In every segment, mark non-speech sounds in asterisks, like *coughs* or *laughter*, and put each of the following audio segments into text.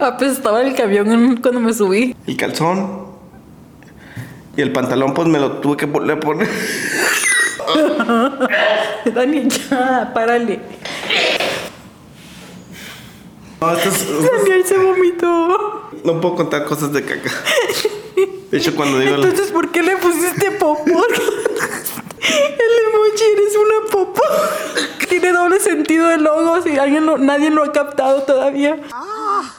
Apestaba pues el camión cuando me *laughs* subí. El calzón. Y el pantalón, pues me lo tuve que volver a poner. Dani, ya, párale. *laughs* No, esto es- Daniel se vomitó. no puedo contar cosas de caca. De hecho, cuando digo. la- Entonces, ¿por qué le pusiste popó? *laughs* El emoji eres una popó. *laughs* Tiene doble sentido de logos y alguien lo- nadie lo ha captado todavía. Ah,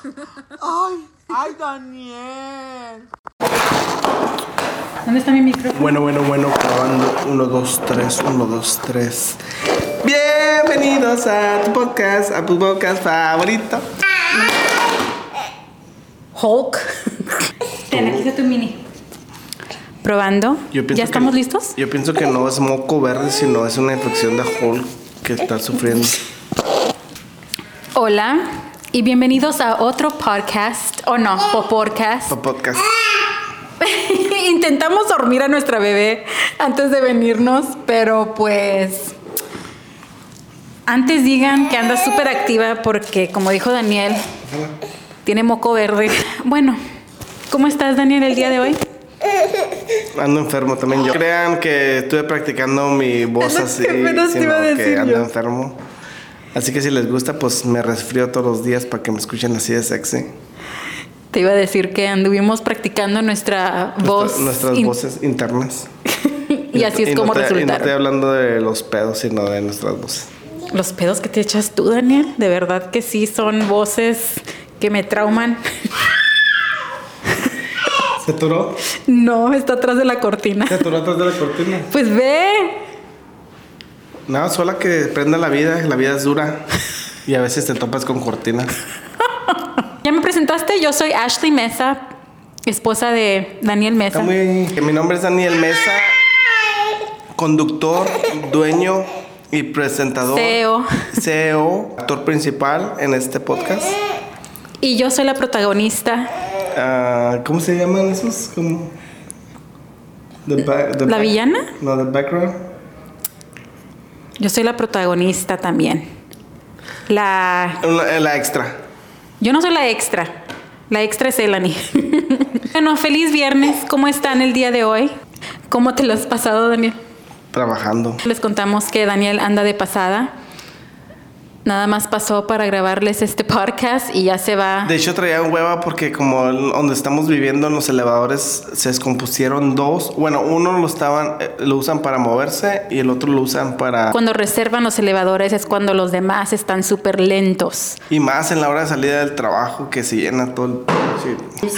¡Ay! ¡Ay, Daniel! ¿Dónde está mi micrófono? Bueno, bueno, bueno, probando. 1, 2, 3, 1, 2, 3. Bienvenidos a tu podcast, a tu podcast favorito. Hulk. Ten, aquí está tu mini. Probando. Yo pienso ¿Ya que- estamos listos? Yo pienso que no es moco verde, sino es una infección de Hulk que está *laughs* sufriendo. Hola y bienvenidos a otro podcast, o no, podcast. Tu podcast. *laughs* Intentamos dormir a nuestra bebé antes de venirnos, pero pues... Antes digan que anda súper activa porque, como dijo Daniel, tiene moco verde. *laughs* Bueno, ¿cómo estás Daniel el día de hoy? Ando enfermo también yo. Crean que estuve practicando mi voz Es lo así, que apenas te sino iba a que decir ando yo. enfermo. Así que si les gusta, pues me resfrío todos los días para que me escuchen así de sexy. Te iba a decir que anduvimos practicando nuestra voz. Nuestra- nuestras in- voces internas. *laughs* Y así es no como te- Y no resultaron. estoy hablando de los pedos, sino de nuestras voces. Los pedos que te echas tú, Daniel, de verdad que sí son voces que me trauman. *laughs* ¿Se atoró? No, está atrás de la *laughs* cortina. ¿Se atoró atrás de la cortina? Pues ve. No, sola que prenda la vida. La vida es dura. Y a veces te topas con cortinas. Ya me presentaste, yo soy Ashley Mesa, esposa de Daniel Está Mesa. muy... que Mi nombre es Daniel Mesa. Conductor, dueño y presentador. CEO. CEO, actor principal en este podcast. Y yo soy la protagonista, Ah, ¿Cómo se llaman esos? Como... The ba- the la back- villana. No, The Background. Yo soy la protagonista también. La. La, la extra. Yo no soy la extra. La extra es Elani. *laughs* bueno, feliz viernes. ¿Cómo están el día de hoy? ¿Cómo te lo has pasado, Daniel? Trabajando. Les contamos que Daniel anda de pasada. Nada más pasó para grabarles este podcast y ya se va. De hecho traía hueva porque como el- donde estamos viviendo en los elevadores se descompusieron dos. Bueno, uno lo estaban eh, lo usan para moverse y el otro lo usan para Cuando reservan los elevadores es cuando los demás están súper lentos. y más en la hora de salida del trabajo que se llena todo el sí.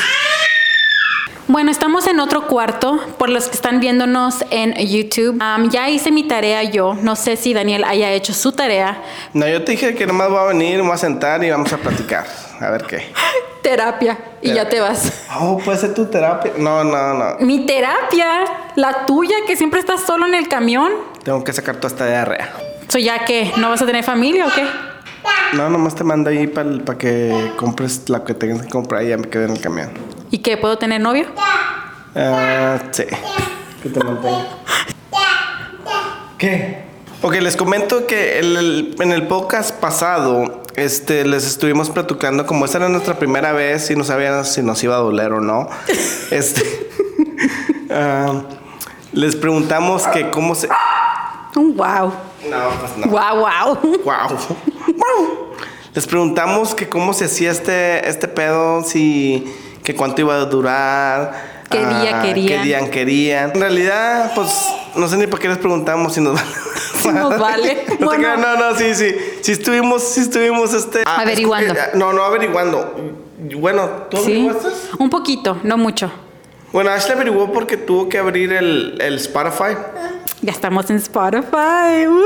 Bueno, estamos en otro cuarto por los que están viéndonos en YouTube. Am, ya hice mi tarea yo. No sé si Daniel haya hecho su tarea. No, yo te dije que nomás va a venir, me va a sentar y vamos a platicar. A ver qué. Terapia. Y ya te vas. Oh, puede ser tu terapia. No, no, no. Mi terapia. La tuya que siempre estás solo en el camión. Tengo que sacar toda esta diarrea. ¿So ya qué? ¿No vas a tener familia o qué? No, nomás te mando ahí para que compres la que tengas que comprar y ya me quedo en el camión. ¿Y qué? ¿Puedo tener novio? Ah, sí. Que te mantenga. ¿Qué? Ok, les comento que el- el- en el podcast pasado este, les estuvimos platicando, como esta era nuestra primera vez y no sabíamos si nos iba a doler o *laughs* no. este, *laughs* ah, les preguntamos que cómo se. Wow. No, *laughs* pues no. Wow, wow. Wow. Wow. Les preguntamos que cómo se hacía este, este pedo, si que cuánto iba a durar. ah, ¿Qué día ¿Qué querían? día querían? En realidad, pues no sé ni por qué les preguntamos si nos vale. *laughs* Si nos vale. *laughs* no, te Bueno. creas, no, no, sí, sí. Sí estuvimos, sí estuvimos este. ah, Averiguando. es que, eh, no, no averiguando. Bueno, ¿tú Sí. averiguaste? Un poquito, no mucho. Bueno, Ashley averiguó porque tuvo que abrir el, el Spotify. Ya estamos en Spotify. ¡Woo!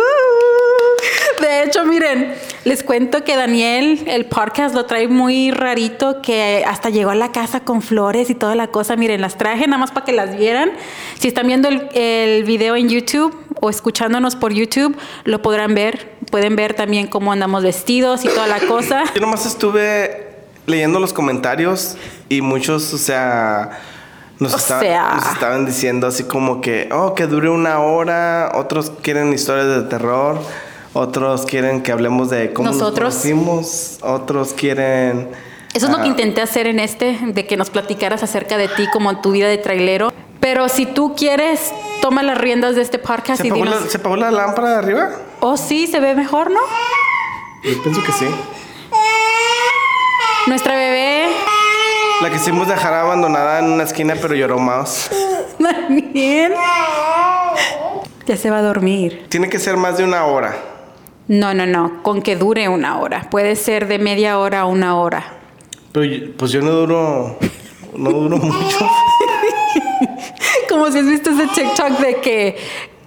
De hecho, miren, les cuento que Daniel, el podcast lo trae muy rarito, que hasta llegó a la casa con flores y toda la cosa. Miren, las traje nada más para que las vieran. Si están viendo el, el video en YouTube o escuchándonos por YouTube, lo podrán ver. Pueden ver también cómo andamos vestidos y toda la cosa. Yo nomás estuve leyendo los comentarios y muchos, o sea, nos, O esta- sea. nos estaban diciendo así como que, oh, que dure una hora, otros quieren historias de terror, otros quieren que hablemos de cómo Nosotros. nos conocimos, otros quieren Eso es lo Ah. que intenté hacer en este, de que nos platicaras acerca de ti como tu vida de trailero. Pero si tú quieres, toma las riendas de este podcast ¿Se y apagó, la, dinos. se apagó la lámpara de arriba? Oh, sí, se ve mejor, ¿no? Yo pienso que sí. Nuestra bebé. *laughs* La que hicimos dejar abandonada en una esquina, pero lloró más. Daniel. Ya se va a dormir. Tiene que ser más de una hora. No, no, no. Con que dure una hora. Puede ser de media hora a una hora. *laughs* Pero yo- pues yo no duro. No duro *laughs* mucho. Como si has visto ese TikTok de que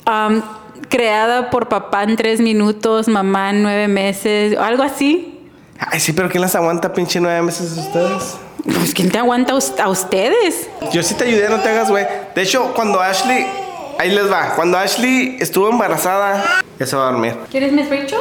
um, creada por papá en tres minutos, mamá en nueve meses, o algo así. Ay, sí, pero ¿quién las aguanta, pinche nueve meses de ustedes? Pues ¿quién te aguanta a us- a ustedes? Yo sí te ayudé, no te hagas, güey. De hecho, cuando Ashley. Ahí les va. Cuando Ashley estuvo embarazada, ya se va a dormir. ¿Quieres mi pecho?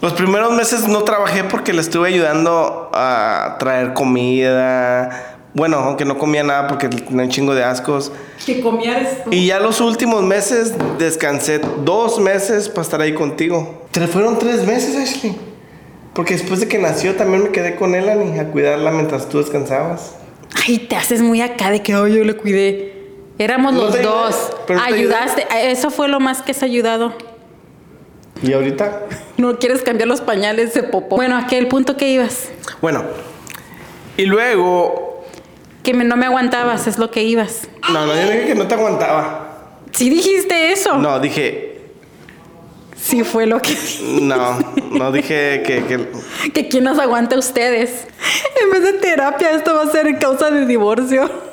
Los primeros meses no trabajé porque le estuve ayudando a traer comida. Bueno, aunque no comía nada porque tenía un chingo de ascos. Que comieras Y ya los últimos meses descansé dos meses para estar ahí contigo. Te fueron tres meses, Ashley. Porque después de que nació también me quedé con Elani a cuidarla mientras tú descansabas. Ay, te haces muy acá de que hoy yo le cuidé. Éramos No los te ayudé, dos. pero no te ayudé. Ayudaste. Eso fue lo más que has ayudado. Y ahorita. No quieres cambiar los pañales de popó. Bueno, ¿a qué el punto que ibas? Bueno. Y luego. Que me- no me aguantabas, es lo que ibas. No, no, yo dije que no te aguantaba. Sí dijiste eso. No, dije. Sí fue lo que No, no dije que. que- que quién nos aguanta a ustedes. En vez de terapia, esto va a ser causa de divorcio.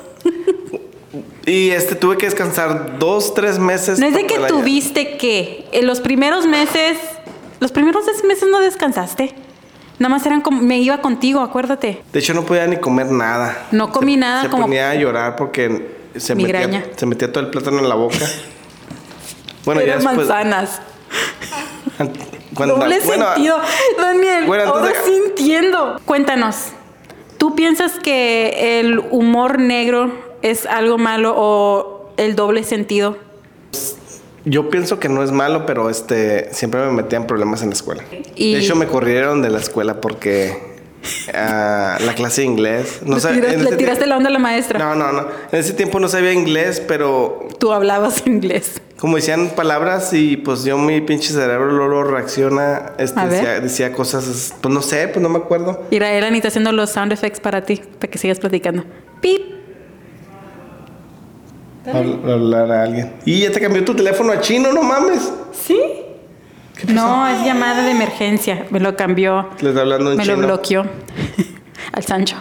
Y este tuve que descansar dos, tres meses. No es de para que poder ayudar. tuviste que en los primeros meses, los primeros seis meses no descansaste. Nada más eran como, me iba contigo, acuérdate. De hecho, no podía ni comer nada. No comí nada se como- ponía a llorar porque se Migraña. metía, se metía todo el plátano en la boca. Bueno, ya Eran después. manzanas. Cuando, Doble bueno, sentido. Daniel, bueno, ahora antes de- sí entiendo. Cuéntanos, ¿tú piensas que el humor negro es algo malo o el doble sentido? Yo pienso que no es malo, pero este siempre me metían problemas en la escuela. Y- De hecho, me corrieron de la escuela porque ah, la clase de inglés. No le, sab- tiras- en le ese tiraste tiempo- la onda a la maestra. No, no, no. En ese tiempo no sabía inglés, pero Tú hablabas *laughs* inglés. Como decían palabras y pues yo mi pinche cerebro luego reacciona, este, A ver. decía, decía cosas, pues no sé, pues no me acuerdo. Y Rael está haciendo los sound effects para ti, para que sigas platicando. Pip. Habl- Hablar a alguien. Y ya te cambió tu teléfono a chino, no mames. ¿Sí? No, es llamada de emergencia. Me lo cambió. Le está hablando en Me chino. lo bloqueó. *laughs* Al Sancho.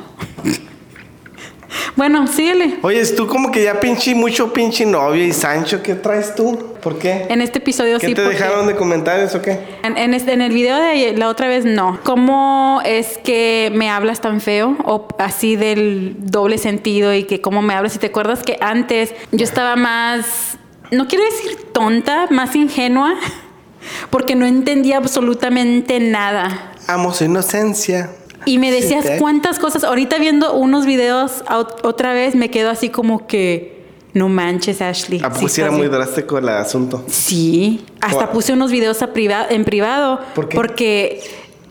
bueno, síguele. Oye, es tú como que ya pinche mucho pinche novio y Sancho, ¿qué traes tú? ¿Por qué? En este episodio ¿Qué sí. te porque- dejaron de comentarios o qué? En, en este- en el video de la otra vez no. ¿Cómo es que me hablas tan feo o así del doble sentido y que cómo me hablas? Si te acuerdas que antes yo estaba más, no quiero decir tonta, más ingenua, *laughs* porque no entendía absolutamente nada. Amo su e inocencia. Y me decías Sí, te- cuántas cosas. Ahorita viendo unos videos au- otra vez me quedo así como que no manches, Ashley. ¿A poco sí Ah, pues sí era estás muy bien". drástico el asunto? Sí, hasta Cu- puse unos videos a priva- en privado. ¿Por qué? Porque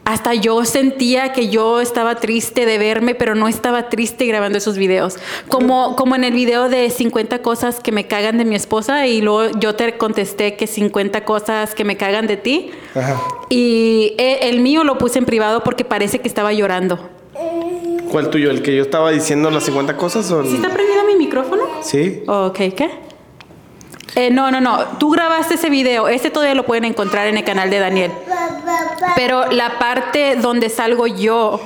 hasta yo sentía que yo estaba triste de verme, pero no estaba triste grabando esos videos. Como, como en el video de 50 cosas que me cagan de mi esposa y luego yo te contesté que 50 cosas que me cagan de ti. Ajá. Y e- el mío lo puse en privado porque parece que estaba llorando. ¿Cuál tuyo? ¿El que yo estaba diciendo las 50 cosas o el- ¿Sí está prendido mi micrófono? ¿Sí? Ok, ¿qué? Eh, no, no, no. Tú grabaste ese video. Este todavía lo pueden encontrar en el canal de Daniel. Pero la parte donde salgo yo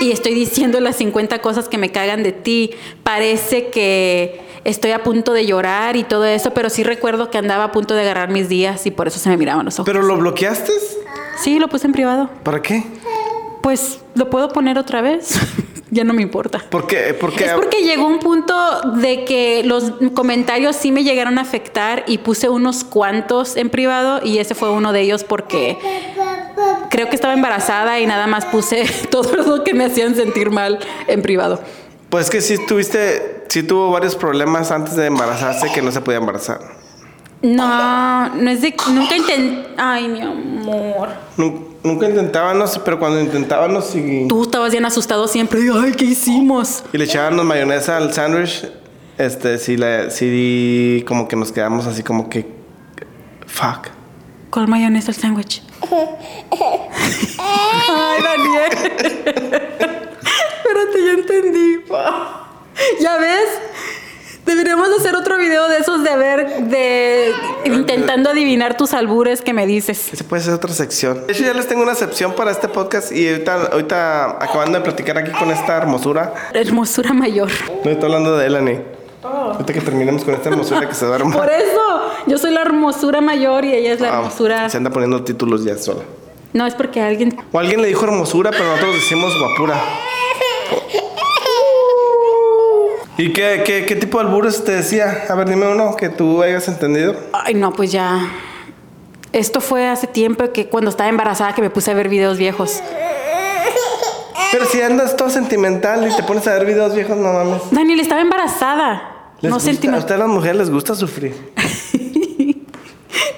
y estoy diciendo las 50 cosas que me cagan de ti, parece que estoy a punto de llorar y todo eso, pero sí recuerdo que andaba a punto de agarrar mis días y por eso se me miraban los ojos. ¿Pero lo bloqueaste? Sí, lo puse en privado. ¿Para qué? Pues lo puedo poner otra vez. *laughs* ya no me importa. ¿Por qué? ¿Por qué? Es porque llegó un punto de que los comentarios sí me llegaron a afectar y puse unos cuantos en privado y ese fue uno de ellos porque creo que estaba embarazada y nada más puse *laughs* todo lo que me hacían sentir mal en privado. Pues que sí tuviste, sí tuvo varios problemas antes de embarazarse que no se podía embarazar. No, no es de. Nunca intenté. Ay, mi amor. Nu- nunca intentábamos, pero cuando intentábamos y, Tú estabas bien asustado siempre. de, Ay, ¿qué hicimos? y le echábamos mayonesa al sándwich, este, sí, la, sí, como que nos quedamos así como que. Fuck. ¿Cuál mayonesa el sándwich? Ay, Daniel. Espérate, ya entendí. ¿Ya ves? Deberíamos hacer otro video de esos de ver, de intentando adivinar tus albures que me dices. Esa puede ser otra sección. De hecho, ya les tengo una sección para este podcast y ahorita, ahorita acabando de platicar aquí con esta hermosura. Hermosura mayor. No estoy hablando de Elani. Oh. Ahorita que terminemos con esta hermosura que se *laughs* duerma. Por eso, yo soy la hermosura mayor y ella es la Ah, hermosura. Se anda poniendo títulos ya sola. No, es porque alguien. O alguien le dijo hermosura, pero nosotros decimos guapura. ¿Y qué, qué, qué tipo de albures te decía? A ver, dime uno que tú hayas entendido. Ay, no, pues ya. Esto fue hace tiempo que cuando estaba embarazada que me puse a ver videos viejos. Pero si andas todo sentimental y te pones a ver videos viejos, no mames. Daniel, estaba embarazada. Les no gusta- A sentimental. ustedes las mujeres les gusta sufrir.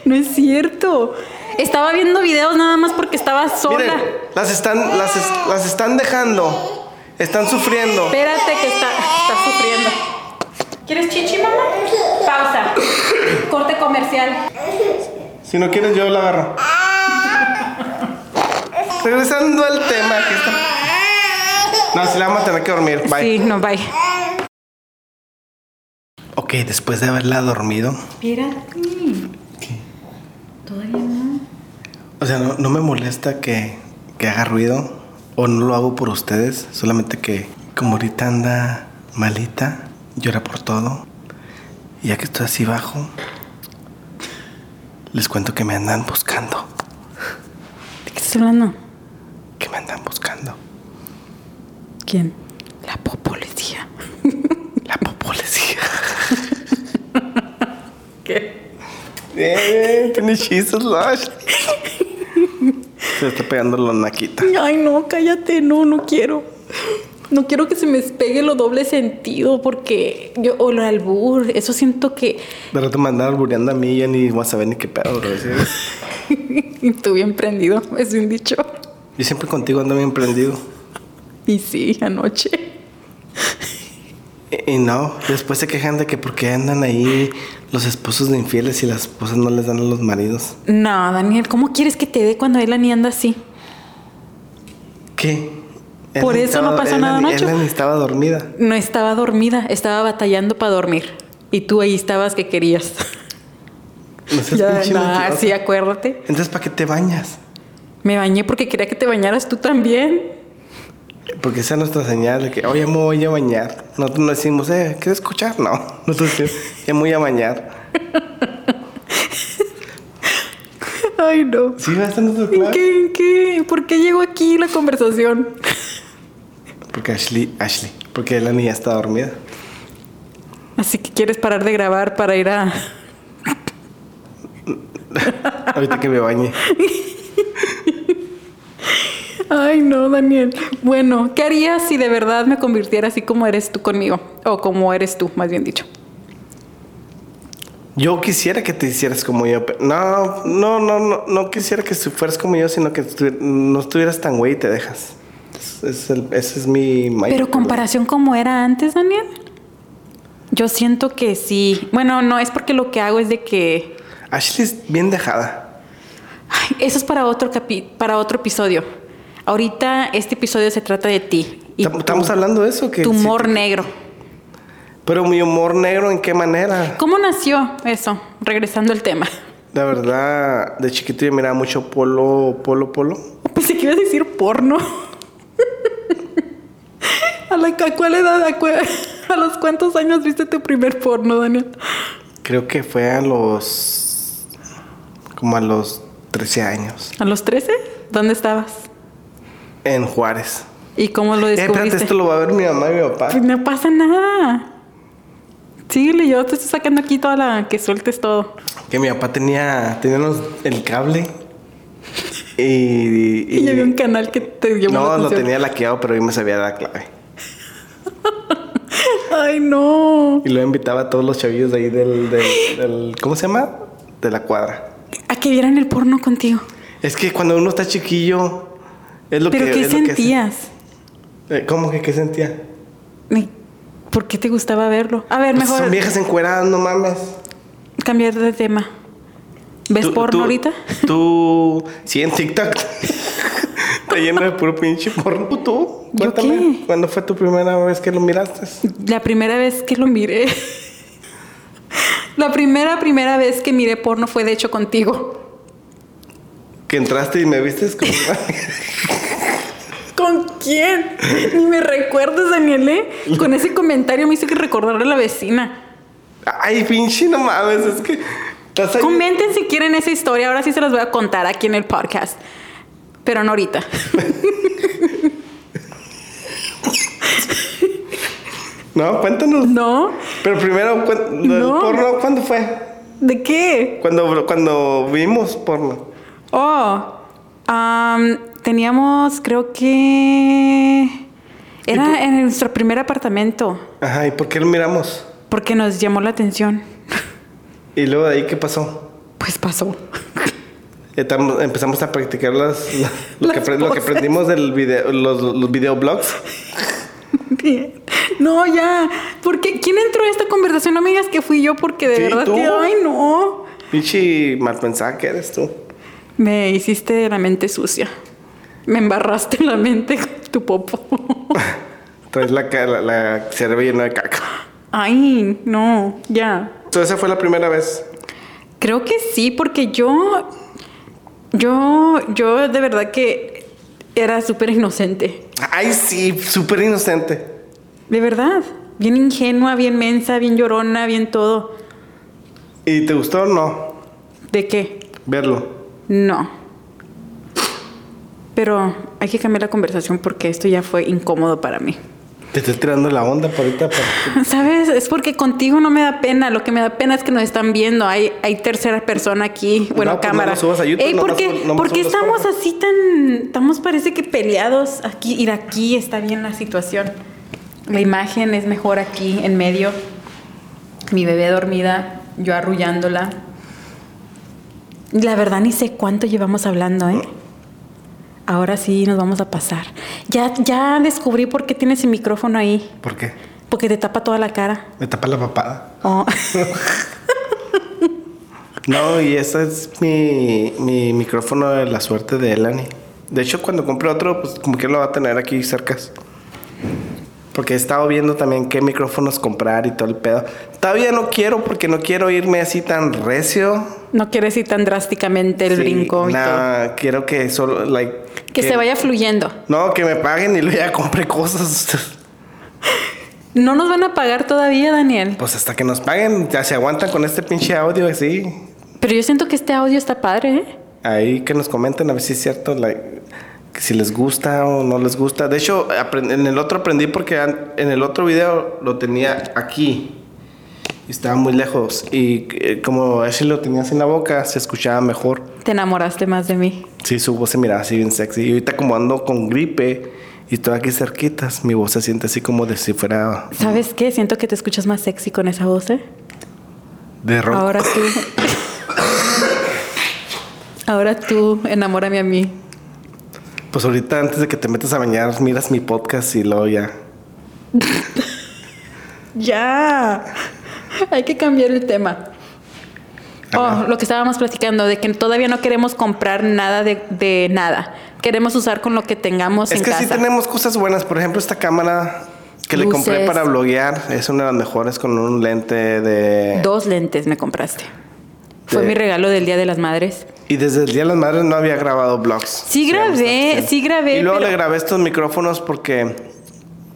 No es cierto. Estaba viendo videos nada más porque estaba sola. Miren, las están, las, es- las están dejando. Están sufriendo. Espérate que está, está sufriendo. ¿Quieres chichi, mamá? Pausa. Corte comercial. Si no quieres, yo la agarro. Regresando al tema que está. No, si la vamos a tener que dormir. Bye. Sí, no, bye. Ok, después de haberla dormido. Espérate. Todavía no. O sea, no, no me molesta que, que haga ruido. O no lo hago por ustedes. Solamente que, como ahorita anda malita, llora por todo. Y ya que estoy así bajo, les cuento que me andan buscando. ¿De qué estás hablando? Que me andan buscando. ¿Quién? La policía. La policía. *laughs* ¿Qué? Eh, tiene chistes, Lash. Se está pegando la naquita. Ay, no, cállate, no, no quiero. No quiero que se me despegue lo doble sentido porque yo, o lo albur, eso siento que *laughs* De rato me andan albureando a mí y ya ni voy a saber ni qué pedo, bro. ¿sí? estuve emprendido, es un dicho. Yo siempre contigo ando bien prendido. Y sí, anoche. Y, y no, después se quejan de que porque andan ahí los esposos de infieles y las esposas no les dan a los maridos. No, Daniel, ¿cómo quieres que te dé cuando él ni anda así? ¿Qué? Por Ellen eso no pasó nada, Ellen- Nacho. Ellen estaba dormida. No estaba dormida, estaba batallando para dormir. Y tú ahí estabas que *laughs* querías. No seas Ya, pinche nah, mentirosa. sí, acuérdate. Entonces, ¿para qué te bañas? Me bañé porque quería que te bañaras tú también. Porque esa es nuestra señal de que, oye, me voy a bañar. Nosotros no decimos, eh, ¿quieres escuchar? No. *laughs* Nosotros decimos, ya me voy a bañar. *laughs* Ay, no. Sí, va a estar nuestro ¿En clave. qué, en qué? ¿Por qué llegó aquí la conversación? Porque Ashley, Ashley, porque la niña está dormida. Así que quieres parar de grabar para ir a... Ahorita que me bañe. *laughs* Ay, no, Daniel. Bueno, ¿qué harías si de verdad me convirtiera así como eres tú conmigo? O como eres tú, más bien dicho. Yo quisiera que te hicieras como yo. pero- No, no, no, no, no quisiera que fueras como yo, sino que estu- no estuvieras tan güey y te dejas. Es- es el- ese es mi mayor Pero problema. comparación como era antes, Daniel. Yo siento que sí. Bueno, no, es porque lo que hago es de que... Ashley es bien dejada. Ay, eso es para otro, capi- para otro episodio. Ahorita este episodio se trata de ti. y Tam- tu- Estamos hablando de eso. Que Tu sí- humor negro. pero mi humor negro, ¿en qué manera? ¿Cómo nació eso? Regresando al tema. *laughs* La verdad, de chiquito yo miraba mucho polo, polo, polo. Pensé que ibas a decir porno. *laughs* ¿A, la, ¿A cuál *laughs* edad? ¿A, cua- a los cuántos años viste tu primer porno, Daniel? Creo que fue a los. como a los 13 años. ¿A los 13? ¿Dónde estabas? En Juárez. ¿Y cómo lo Eh, espérate, descubriste? esto lo va a ver mi mamá y mi papá. Pues no pasa nada. Síguele, yo te estoy sacando aquí toda la... Que sueltes todo. Que mi papá tenía, tenía los- el cable. Y. *laughs* Y, y- había un canal que te llamó la no, lo atención. tenía laqueado, pero yo me sabía la clave. Ay, no. Y lo invitaba a todos los chavillos de ahí del, del- del- ¿Cómo se llama? de la cuadra. A que vieran el porno contigo. Es que cuando uno está chiquillo, es lo ¿Pero que. qué es lo que hace. sentías? Eh, ¿Cómo que qué sentía? Ay, ¿Por qué te gustaba verlo? A ver, Pues mejor son viejas encueradas, no mames. cambiar de tema. ¿Ves Tú- porno tú- ahorita? Tú. *laughs* Sí, en TikTok. Está lleno de puro pinche porno. Tú, ¿Yo cuéntame. qué? ¿Cuándo fue tu primera vez que lo miraste? La primera vez que lo miré. *laughs* La primera, primera vez que miré porno fue de hecho contigo. Que entraste y me vistes como. ¿Con *laughs* quién? Ni me recuerdas, Daniel, ¿eh? Con ese comentario me hizo que recordarle a la vecina. Ay, pinche, no mames. Es que. Estás ahí. Comenten si quieren esa historia. Ahora sí se las voy a contar aquí en el podcast. Pero no ahorita. *laughs* No, cuéntanos. ¿No? Pero primero, cuen- lo del No. porno, ¿cuándo fue? ¿De qué? Cuando, cuando vimos porno. Oh, am, teníamos, creo que. Era en nuestro primer apartamento, Ajá, ¿y por qué lo miramos? porque nos llamó la atención. Y luego de ahí, ¿qué pasó? Pues pasó. *laughs* Etam- empezamos a practicar las, *laughs* la- lo, Las que, apre- lo que poses. aprendimos del video, los, los videoblogs. Bien. No, ya. Porque ¿quién entró a esta conversación? No me digas que fui yo porque de Sí, verdad tú. que ay no. Pichi mal pensada que eres tú. Me hiciste la mente sucia. Me embarraste la mente con tu popo. *laughs* Traes la, ca- la, la cerebro llena de caca. Ay, no, ya. Entonces, esa fue la primera vez. Creo que sí, porque yo, yo, yo de verdad que era súper inocente. Ay, sí, súper inocente. De verdad. Bien ingenua, bien mensa, bien llorona, bien todo. ¿Y te gustó o no ¿De qué? verlo? No. Pero hay que cambiar la conversación porque esto ya fue incómodo para mí. Te estoy tirando la onda por ahorita. *laughs* por- ¿Sabes? Es porque contigo no me da pena. Lo que me da pena es que nos están viendo. Hay, hay tercera persona aquí. Bueno, No, pues no cámara. lo subas a YouTube, Ey, ¿por nomás qué, sub- nomás por qué sub los estamos cortos. así tan... Estamos parece que peleados aquí. Ir aquí está bien la situación. La imagen es mejor aquí, en medio. Mi bebé dormida, yo arrullándola. La verdad ni sé cuánto llevamos hablando, ¿eh? Ahora sí nos vamos a pasar. Ya, ya descubrí por qué tienes el micrófono ahí. ¿Por qué? Porque te tapa toda la cara. Me tapas la papada. Oh. No, y ese es mi, mi micrófono de la suerte de Elani. De hecho, cuando compre otro, pues como que lo va a tener aquí cerca. Porque he estado viendo también qué micrófonos comprar y todo el pedo. Todavía no quiero porque no quiero irme así tan recio. *laughs* No quieres ir tan drásticamente el Sí, brinco y todo. nah, quiero que solo, like... Que, se vaya fluyendo. No, que me paguen y luego ya *laughs* compré cosas. No nos van a pagar todavía, Daniel. Pues hasta que nos paguen, ya se aguantan con este pinche audio así. Pero yo siento que este audio está padre, ¿eh? Ahí que nos comenten a ver si es cierto, like, que si les gusta o no les gusta. De hecho, aprend- en el otro aprendí porque an- en el otro video lo tenía aquí. Y estaba muy lejos. Y eh, como Ashley lo tenías en la boca, se escuchaba mejor. Te enamoraste más de mí. Sí, su voz se miraba así bien sexy. Y ahorita como ando con gripe y estoy aquí cerquitas, mi voz se siente así como de si fuera ¿Sabes qué? Siento que te escuchas más sexy con esa voz, ¿eh? de rock. Ahora *laughs* tú. Ahora tú, enamórame a mí. Pues ahorita antes de que te metas a bañar, miras mi podcast y luego ya. Ya. Hay que cambiar el tema. Oh, lo que estábamos platicando, de que todavía no queremos comprar nada de, de nada. Queremos usar con lo que tengamos Es en que casa. sí tenemos cosas buenas. Por ejemplo, esta cámara que le compré Luces. para bloguear es una de las mejores con un lente de... Dos lentes me compraste. Fue Sí. mi regalo del Día de las Madres. Y desde el Día de las Madres no había grabado vlogs. Sí, grabé, hasta- sí grabé, Y luego pero- le grabé estos micrófonos porque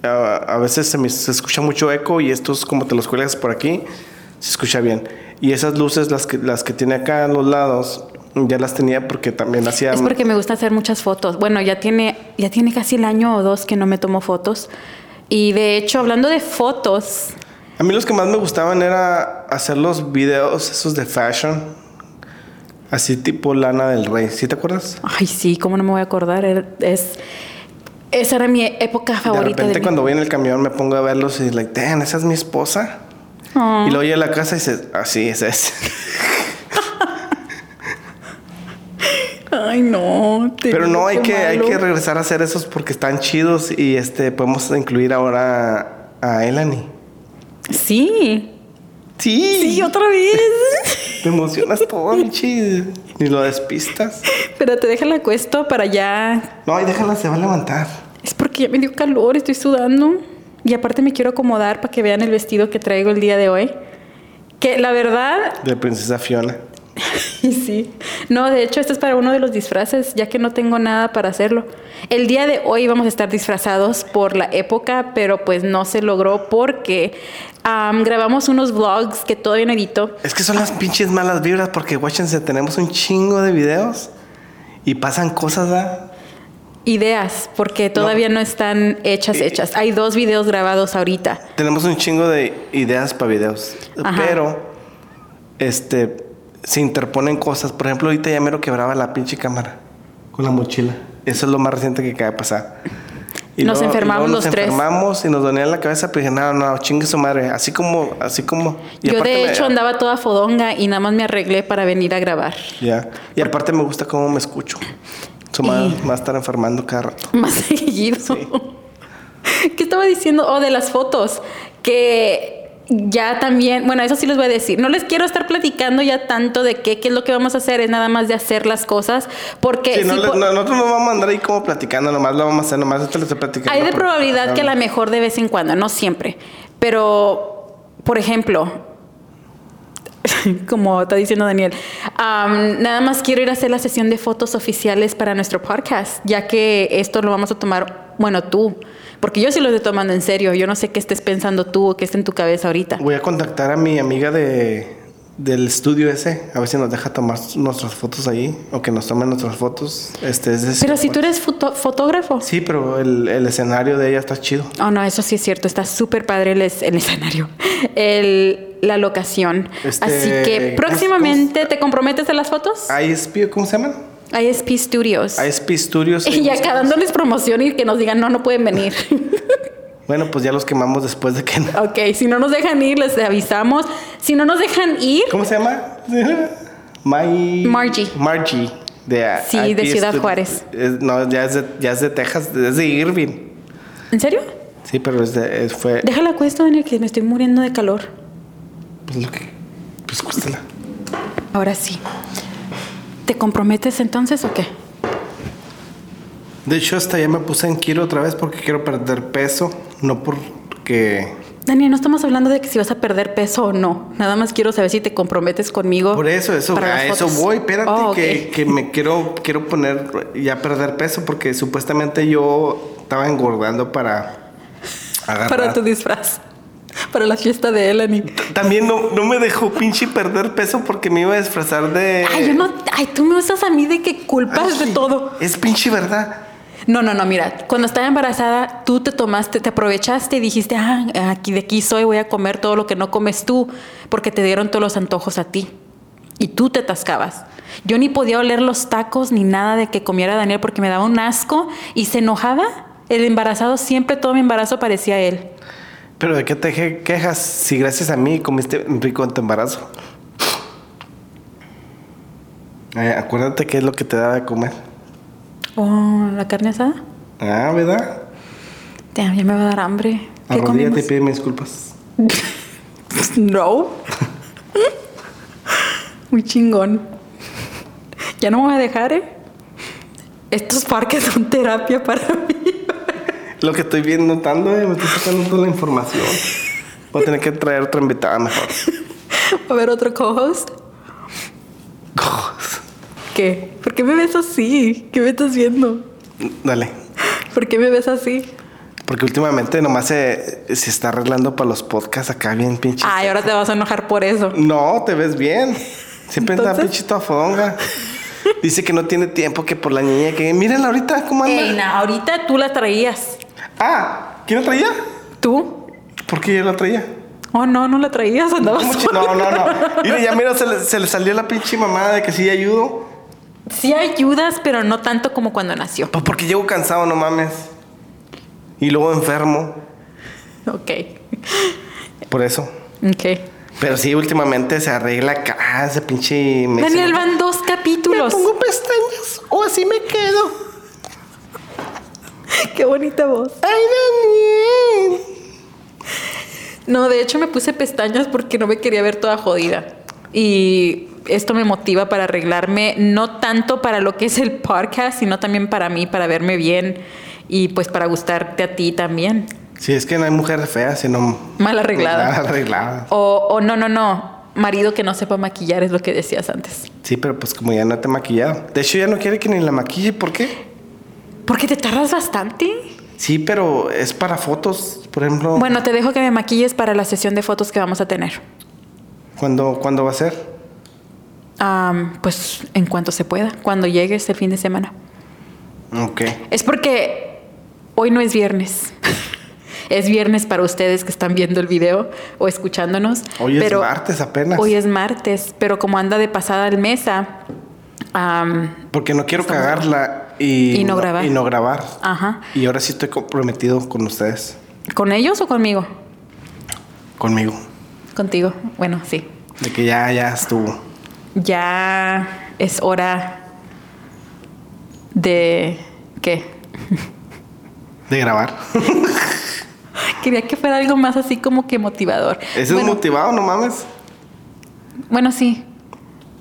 ah, a veces se, me, se escucha mucho eco y estos como te los cuelgas por aquí, se escucha bien. Y esas luces, las que, las que tiene acá a los lados, ya las tenía porque también hacía... Es porque me gusta hacer muchas fotos. Bueno, ya tiene, ya tiene casi el año o dos que no me tomo fotos. Y de hecho, hablando de fotos, A mí los que más me gustaban era hacer los videos esos de fashion. Así tipo Lana del Rey. ¿Sí te acuerdas? ay sí, cómo no me voy a acordar. Era- Es, esa era mi época de favorita. repente mí. cuando voy en el camión me pongo a verlos y like, damn, esa es mi esposa. Oh. "Ah, *laughs* Y luego llego a la casa y dices, así es, es. Ay, no. te Pero digo no, hay qué que, hay malo. que regresar a hacer esos porque están chidos y este podemos incluir ahora a Elani. Sí. Sí. Sí, otra *laughs* vez. Te emocionas todo, Michi. Ni lo despistas. Espérate, déjala acuesto para allá. No, y déjala, se va a levantar. Es porque ya me dio calor, estoy sudando. Y aparte me quiero acomodar para que vean el vestido que traigo el día de hoy. Que la verdad, *laughs* De princesa Fiona. Y sí. No, de hecho, este es para uno de los disfraces, ya que no tengo nada para hacerlo. El día de hoy vamos a estar disfrazados por la época, pero pues no se logró porque am, grabamos unos vlogs que todavía no edito. Es que son las pinches malas vibras porque, guáchense, tenemos un chingo de videos y pasan cosas, ¿verdad? Ideas, porque todavía no, están hechas, hechas. Hay dos videos grabados ahorita. Tenemos un chingo de ideas para videos. Ajá. Pero, este, se interponen cosas. Por ejemplo, ahorita ya mero quebraba la pinche cámara con la mochila. Eso es lo más reciente que acaba de pasar. *laughs* Nos luego- enfermamos luego los tres. Nos enfermamos y nos dolía la cabeza, pero dije, no, no, chingue su madre. Así como, así como. Y Yo, aparte de me- hecho, andaba toda fodonga y nada más me arreglé para venir a grabar. *laughs* Ya. Y aparte me gusta cómo me escucho. Su madre me va a estar enfermando cada rato. más seguido. *laughs* ¿Qué estaba diciendo? Oh, de las fotos. Que ya también, bueno, eso sí les voy a decir. No les quiero estar platicando ya tanto de qué, qué es lo que vamos a hacer, es nada más de hacer las cosas. Porque Sí, no, si le- po- no- nosotros no vamos a andar ahí como platicando, nomás lo vamos a hacer, nomás te lo estoy platicando. hay de porque- um, probabilidad que a la mejor de vez en cuando, no siempre. Pero, por ejemplo, *laughs* como está diciendo Daniel, am, nada más quiero ir a hacer la sesión de fotos oficiales para nuestro podcast, ya que esto lo vamos a tomar, bueno, tú, porque yo sí lo estoy tomando en serio, yo no sé qué estés pensando tú o qué está en tu cabeza ahorita. Voy a contactar a mi amiga de, del estudio ese, a ver si nos deja tomar nuestras fotos ahí o que nos tomen nuestras fotos. Este es de- Pero si tú eres foto- fotógrafo. Sí, pero el, el escenario de ella está chido. Oh, no, eso sí es cierto, está súper padre el, es- el escenario, *laughs* el- la locación. Este, Así ¿cómo que se- próximamente, ¿te comprometes a las fotos? ISP, ¿cómo se llaman? ISP Studios. ISP *laughs* Studios. Y acá dándoles promoción y que nos digan, no, no pueden venir. *laughs* Bueno, pues ya los quemamos después de que... ok, si no nos dejan ir, les avisamos. Si no nos dejan ir, ¿Cómo se llama? *laughs* My... Margie. Margie. De Sí, de IP Ciudad Studios. Juárez. Es- no, ya es, de, ya es de Texas, es de Irving. ¿en serio? Sí, pero es de- es- fue... Déjala cuesta, Daniel, que me estoy muriendo de calor. Pues lo que... Pues cuéstala. Ahora sí. ¿Te comprometes entonces o qué? De hecho, hasta ya me puse en kilo otra vez porque quiero perder peso, no porque... Daniel, no estamos hablando de que si vas a perder peso o no. Nada más quiero saber si te comprometes conmigo. Por eso, eso, Oh, para a las eso fotos. voy, espérate, Oh, ok. que, que me quiero, quiero poner, ya perder peso porque supuestamente yo estaba engordando para *laughs* agarrar. Para tu disfraz. Para la fiesta de Eleni. Eh. También no, no me dejó pinche perder peso porque me iba a disfrazar de... Ay, yo no. Ay, tú me usas a mí de que culpas de Ay, todo. Es pinche verdad. No, no, no, mira, cuando estaba embarazada, tú te tomaste, te aprovechaste y dijiste, ah, aquí de aquí soy, voy a comer todo lo que no comes tú, porque te dieron todos los antojos a ti. Y tú te atascabas. Yo ni podía oler los tacos ni nada de que comiera Daniel porque me daba un asco y se enojaba. El embarazado siempre, todo mi embarazo parecía a él. Pero ¿de qué te que- quejas si gracias a mí comiste rico en tu embarazo? Eh, acuérdate qué es lo que te da de comer. Oh, la carne asada. Ah, ¿verdad? Damn, ya me va a dar hambre. ¿Qué Arrodíllate y comemos? pídeme disculpas. *laughs* No. Muy chingón. Ya no me voy a dejar, ¿eh? Estos parques son terapia para mí. Lo que estoy bien notando, eh, me estoy sacando toda la información. Voy a tener que traer otra invitada mejor. Va a haber otro co-host. ¿Qué? ¿Por qué me ves así? ¿Qué me estás viendo? Dale. ¿Por qué me ves así? Porque últimamente nomás se, se está arreglando para los podcasts acá bien pinche. Ay, ahora te vas a enojar por eso. No, te ves bien. Siempre está Entonces- pinche toda fodonga. Dice que no tiene tiempo que por la niña que... Mírenla ahorita, ¿cómo anda? Ey, na, ahorita tú la traías. Ah, ¿quién la traía? ¿Tú? ¿Por qué yo la traía? Oh, no, no la traías. Andabas ¿Cómo chi- sola. No, no, no. Mira, ya mira, se le, se le salió la pinche mamada de que sí ayudo. Sí ayudas, pero no tanto como cuando nació. Pues porque llego cansado, no mames. Y luego enfermo. Ok. Por eso. Ok. Pero sí, últimamente se arregla acá, ese pinche... me- Daniel, se- van dos me capítulos. pongo pestañas. O así me quedo. *laughs* Qué bonita voz. Ay, Daniel. No, de hecho me puse pestañas porque no me quería ver toda jodida. Y esto me motiva para arreglarme, no tanto para lo que es el podcast, sino también para mí, para verme bien y pues para gustarte a ti también. Sí, es que no hay mujer fea, sino Mal arreglada. Mal Pues arreglada. O, o no, no, no, marido que no sepa maquillar es lo que decías antes. Sí, pero pues como ya no te he maquillado. De hecho, ya no quiere que ni la maquille. ¿Por qué? Porque te tardas bastante. Sí, pero es para fotos, por ejemplo. Bueno, te dejo que me maquilles para la sesión de fotos que vamos a tener. ¿Cuándo, ¿Cuándo va a ser? Am, pues en cuanto se pueda, cuando llegues el fin de semana. Ok. Es porque hoy no es viernes. *laughs* es viernes para ustedes que están viendo el video o escuchándonos. Hoy es martes apenas. Hoy es martes, pero como anda de pasada el mesa, am, Porque no quiero cagarla y, Y no grabar. Y no grabar. ajá. Y ahora sí estoy comprometido con ustedes. ¿Con ellos o conmigo? Conmigo. Contigo. Bueno, sí. De que ya, ya estuvo. Ya es hora de... ¿Qué? De grabar. *laughs* Quería que fuera algo más así como que motivador. Ese bueno, es motivado, no mames. bueno, sí.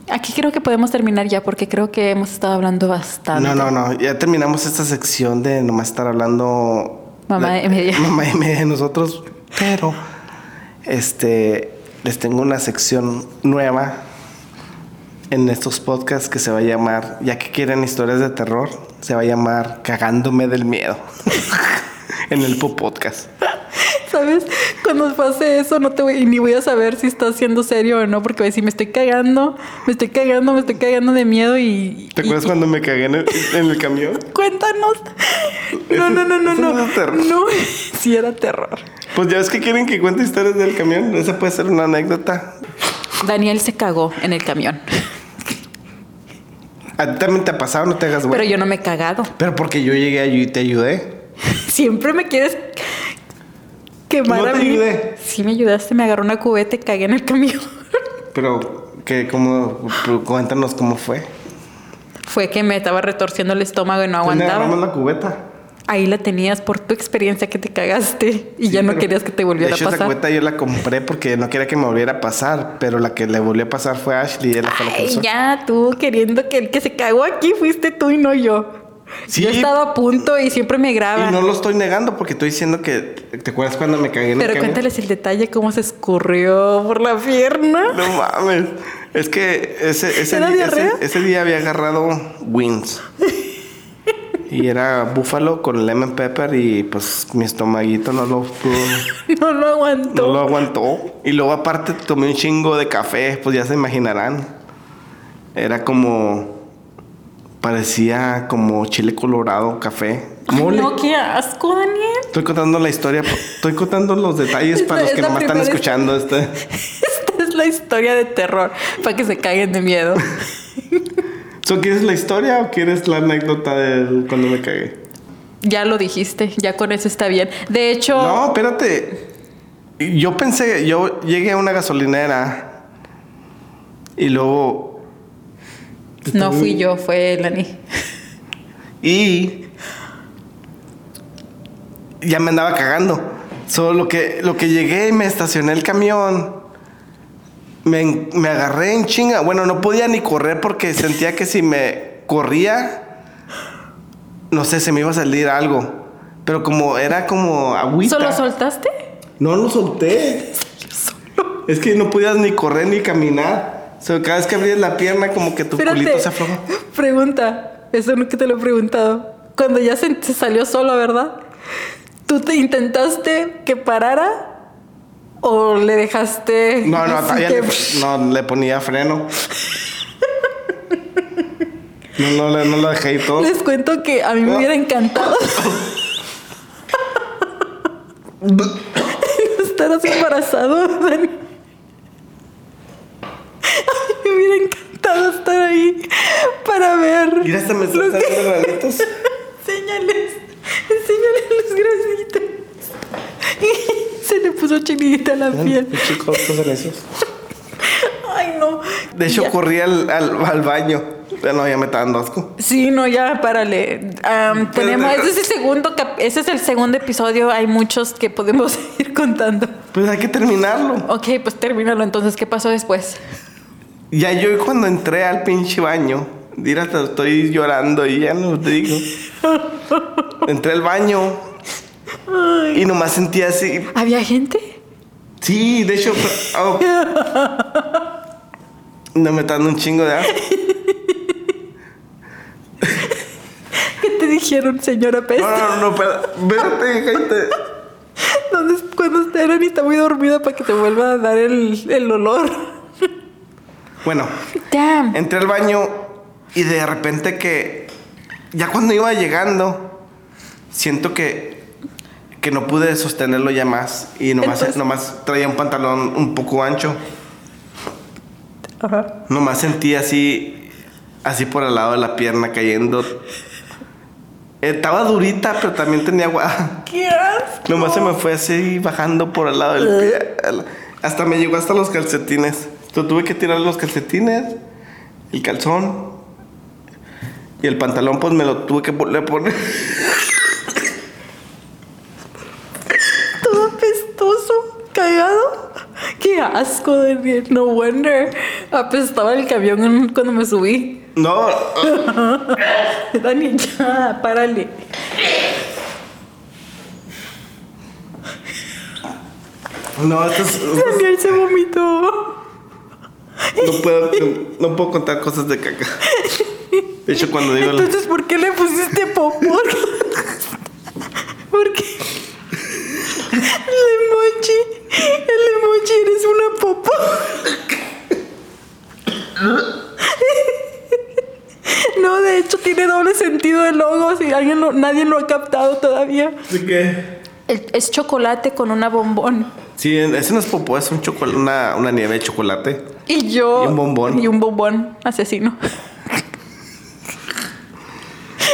Aquí creo que podemos terminar ya porque creo que hemos estado hablando bastante. No, no, no. Ya terminamos esta sección de nomás estar hablando. Mamá de media. *laughs* Mamá y media de nosotros. Pero, este, les tengo una sección nueva en estos podcasts que se va a llamar, ya que quieren historias de terror, se va a llamar Cagándome del Miedo. *laughs* en el Po Podcast. *laughs* ¿Sabes? Cuando pase eso, no te voy, ni voy a saber si estás siendo serio o no, porque voy a decir, me estoy cagando, me estoy cagando, me estoy cagando de miedo y. ¿Te y- acuerdas y- cuando me cagué en el, en el camión? *laughs* Cuéntanos. No, no, no, no, Eso no. no era terror. No, *laughs* sí era terror. Pues ya es que quieren que cuente historias del camión. Esa puede ser una anécdota. Daniel se cagó en el camión, A ti Ah, también te ha pasado, no te hagas güey. pero yo no me he cagado. Pero porque yo llegué allí y te ayudé. *laughs* Siempre me quieres quemar No a te mí. ayudé. Sí, me ayudaste, me agarró una cubeta y cagué en el camión. Pero que como cuéntanos cómo fue. Fue que me estaba retorciendo el estómago y no ¿Dónde aguantaba. Pues agarramos la cubeta? Ahí la tenías por tu experiencia que te cagaste y Sí, ya no pero- querías que te de volviera a hecho, Esa pasar. cubeta yo la compré porque no quería que me volviera a pasar, pero la que le volvió a pasar fue a Ashley y ella fue la que Ay, usó. ya, tú queriendo que el que se cagó aquí fuiste tú y no yo. Sí. Yo estaba a punto y siempre me graba. Y no lo estoy negando porque estoy diciendo que te acuerdas cuando me cagué en el Pero camión? cuéntales el detalle, cómo se escurrió por la pierna. *laughs* *laughs* No mames. Es que ese, ese, ¿Era di- ese, diarrea? ese día había agarrado *laughs* wings. Y era búfalo con lemon pepper y pues mi estomaguito no lo pudo No lo aguantó. No lo aguantó. Y luego aparte tomé un chingo de café, pues ya se imaginarán. Era como... Parecía como chile colorado, café. Ay, Mole. no, qué asco, Daniel. *laughs* Estoy contando la historia, pa- estoy contando los detalles Esta para los que es la nomás están primera- escuchando este. Esta es la historia de terror, para que se caguen de miedo. So, ¿Quieres la historia o quieres la anécdota de cuando me cagué? ya lo dijiste, ya con eso está bien. De hecho, No, espérate. Yo pensé, yo llegué a una gasolinera y luego... no fui yo, fue Lani. Y ya me andaba cagando. Solo lo que, lo que llegué y me estacioné el camión. Me, me agarré en chinga. Bueno, no podía ni correr porque sentía que si me corría, no sé, se me iba a salir algo. Pero como era como agüita. ¿Solo soltaste? No lo solté. Es que no podías ni correr ni caminar. O sea, cada vez que abrías la pierna, como que tu Espérate. culito se afloja. *laughs* Pregunta. Eso nunca te lo he preguntado. Cuando ya se, se salió solo, ¿verdad? ¿Tú te intentaste que parara? ¿O le dejaste.? *laughs* No, no, así todavía que- le, no, le ponía freno. No, no, le- no lo dejé y *laughs* todo. Les cuento que a mí me No. hubiera *laughs* encantado *laughs* estar así embarazado, Dani. *laughs* A mí me hubiera encantado estar ahí para ver. Mira, hasta me lo están que- saliendo *laughs* granitos. Enséñales, enséñales los *laughs* grasitos. Se le puso chinita la piel. Qué chicos en esos. Ay, no. De hecho, Ya. corrí al, al- al baño. Ya no, ya me está dando asco. Sí, no, ya, párale. Am, tenemos, Pero- ese es, el segundo cap- ese es el segundo episodio, hay muchos que podemos *laughs* ir contando. Pues hay que terminarlo. Ok, pues termínalo entonces, ¿qué pasó después? Ya yo cuando entré al pinche baño, mira, hasta estoy llorando y ya no *laughs* te digo. Entré al baño y nomás sentía así. ¿Había gente? Sí, de hecho. oh. No me está dando un chingo de asco. ¿Qué te dijeron, señora Pez? No, no, no, pero. Vete, cállate. Ah. *laughs* ¿Dónde, cuando era y está muy dormida para que te vuelva a dar el, el olor. Bueno, Damn. entré al baño y de repente que. Ya cuando iba llegando, siento que. Que no pude sostenerlo ya más. Y nomás, Entonces- nomás traía un pantalón un poco ancho. Ajá. Nomás sentí así, así por el lado de la pierna cayendo. Estaba durita, pero también tenía *laughs* agua. ¡Qué asco! Nomás se me fue así bajando por el lado del pie. Hasta me llegó hasta los calcetines. Yo tuve que tirar los calcetines, el calzón y el pantalón, pues me lo tuve que vol- le poner. *laughs* Todo apestoso, cagado. ¡Qué asco, Daniel! No wonder. Apestaba el camión cuando me subí. No, Dani, ya, párale. no, esto es- Daniel se vomitó. no puedo, no puedo contar cosas de caca. De hecho, cuando digo la- Entonces, ¿por qué le pusiste popor? ¿Por qué? El emoji. El emoji, eres una popó. No, de hecho tiene doble sentido el logo. Si alguien lo- nadie lo ha captado todavía. ¿De qué? El- Es chocolate con una bombón. Sí, ese no es popó, es un chocolate, una, una nieve de chocolate. Y yo. Y un bombón. Y un bombón asesino.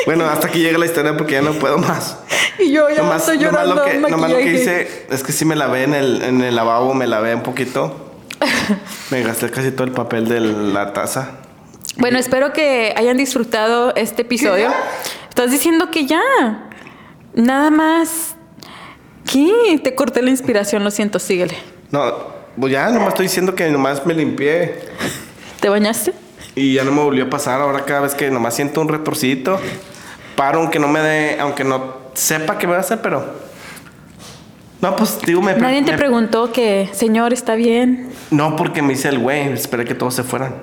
Bueno, hasta aquí llega la historia porque ya no puedo más. Y yo ya Nomás, estoy nomás llorando. lo que, nomás lo que maquillaje. hice es que sí me lavé en el, en el lavabo, me lavé un poquito. *laughs* Me gasté casi todo el papel de la taza. Bueno, espero que hayan disfrutado este episodio. Estás diciendo que ya. Nada más. ¿Qué? Te corté la inspiración, lo siento, síguele. No, pues ya nomás estoy diciendo que nomás me limpié ¿Te bañaste? y ya no me volvió a pasar. Ahora cada vez que nomás siento un retorcito, paro aunque no me dé, aunque no sepa qué me va a hacer, pero... No, pues digo, me... pre- Nadie te me- preguntó que, señor, está bien. No, porque me hice el güey, esperé que todos se fueran.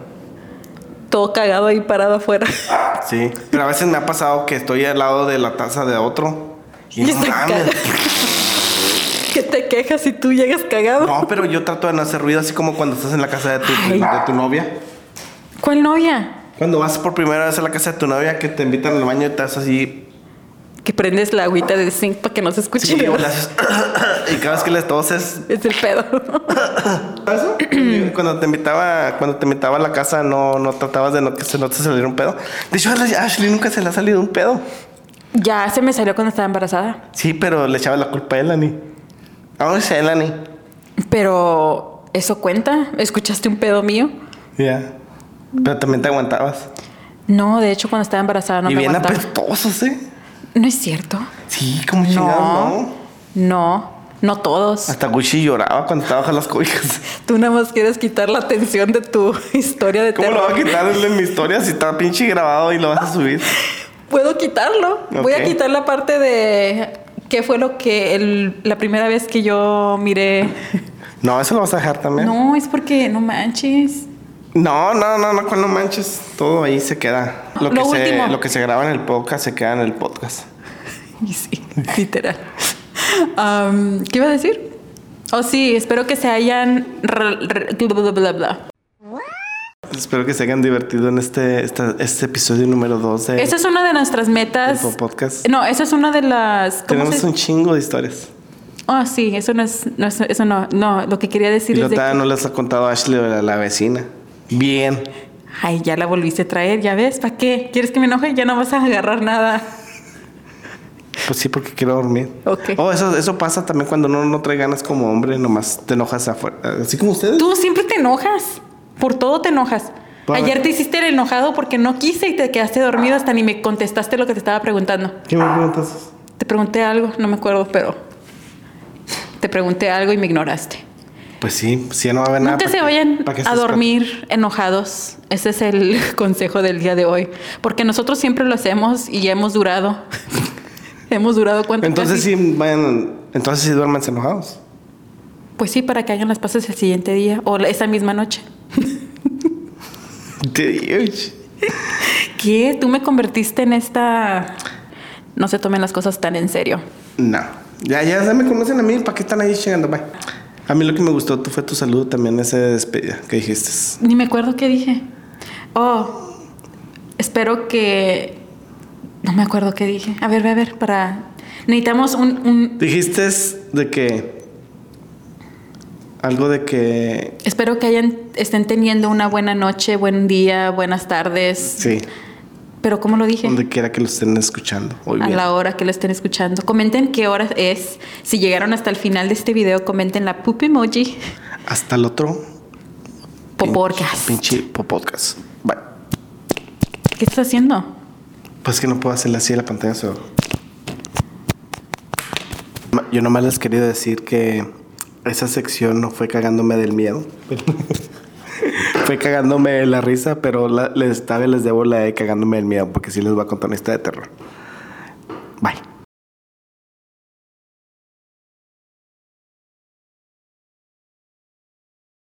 Todo cagado ahí parado afuera. *laughs* Sí, pero a veces me ha pasado que estoy al lado de la taza de otro. *laughs* Y Y no se mames. caga. ¿Qué te quejas si tú llegas cagado? No, pero yo trato de no hacer ruido, así como cuando estás en la casa de tu, Ay. de tu novia. ¿Cuál novia? Cuando vas por primera vez a la casa de tu novia, que te invitan al baño y te haces así. Que prendes la agüita del zinc para que no se escuche. sí, y le haces *coughs* y cada vez que les toses. *laughs* Es el pedo. ¿Eso? cuando te invitaba, cuando te invitaba a la casa, no, no tratabas de no que se no te saliera un pedo. De hecho, a la- a Ashley nunca se le ha salido un pedo. ya se me salió cuando estaba embarazada. Sí, pero le echaba la culpa a Elani. Ahora es Elani. Pero, ¿eso cuenta? ¿Escuchaste un pedo mío? Ya. Pero también te aguantabas. No, de hecho, cuando estaba embarazada no y me bien aguantaba. apestosos, ¿eh? No es cierto. Sí, como chingados, No, ¿no? Ah. no, no todos. Hasta Gucci lloraba cuando estaba bajo las cobijas. Tú nada más quieres quitar la atención de tu *laughs* historia de ¿Cómo lo terror. va a quitar él en mi historia si está pinche grabado y lo vas a subir? Puedo quitarlo. Voy a Ok. quitar la parte de qué fue lo que el- la primera vez que yo miré. No, eso lo vas a dejar también. No, No, es porque no manches. *laughs* no, no, no, cuando no manches, todo ahí se queda. Lo, Lo que último. se, lo que se graba en el podcast se queda en el podcast. Y sí, literal. Am, ¿Qué iba a decir? Oh, sí, espero que se hayan. re- re- bla, bla, bla, bla. Espero que se hayan divertido en este, esta- este episodio número 2 de Esa es una de nuestras metas. del Eh, podcast. No, esa es una de las. ¿cómo Tenemos se- un chingo de historias. Ah, sí, eso no es, no es- eso no, no, lo que quería Y decir lo es de tal, no les ha contado a Ashley o a la vecina. Bien. Ay, ya la volviste a traer, ya ves, ¿para qué? ¿Quieres que me enoje? Ya no vas a agarrar nada. Pues sí, porque quiero dormir. Ok. Oh, eso, eso pasa también cuando uno no trae ganas como hombre, nomás te enojas afuera. Así como ustedes. Tú siempre te enojas, por todo te enojas. Para- Ayer te hiciste el enojado porque no quise y te quedaste dormido hasta ni me contestaste lo que te estaba preguntando. ¿Qué me preguntas? Te pregunté algo, no me acuerdo, pero te pregunté algo y me ignoraste. Pues sí, pues ya no va a haber nada. Nunca ¿para se qué- vayan para qué a estás- dormir enojados. Ese es el *laughs* consejo del día de hoy. Porque nosotros siempre lo hacemos y ya hemos durado. *laughs* hemos durado cuánto Entonces Casi- sí, vayan, entonces sí duerman enojados. Pues sí, para que hagan las paces el siguiente día o la- esa misma noche. Te digo, ¿Qué? Tú me convertiste en esta... No se tomen las cosas tan en serio. No. Ya, ya, ya me conocen a mí, ¿para qué están ahí chingando? Bye. A mí lo que me gustó tú fue tu saludo también, ese de despedida que dijiste. Ni me acuerdo qué dije. Oh, espero que... No me acuerdo qué dije. A ver, ve a ver, para... Necesitamos un... un... Dijiste de que. Algo de que. Espero que hayan, estén teniendo una buena noche, buen día, buenas tardes. Sí, Pero ¿cómo lo dije? donde quiera que lo estén escuchando. Hoy a bien. la hora que lo estén escuchando. Comenten qué hora es. Si llegaron hasta el final de este video, comenten la poop emoji. Hasta el otro. Poporcas. Pinche podcast. Bye. ¿Qué estás haciendo? Pues que no puedo hacerle así a la pantalla. so- Ma- Yo nomás les quería decir que esa sección no fue cagándome del miedo. *laughs* fue cagándome de la risa, pero la- les, tal vez les debo la de cagándome del miedo, porque sí les voy a contar una historia de terror.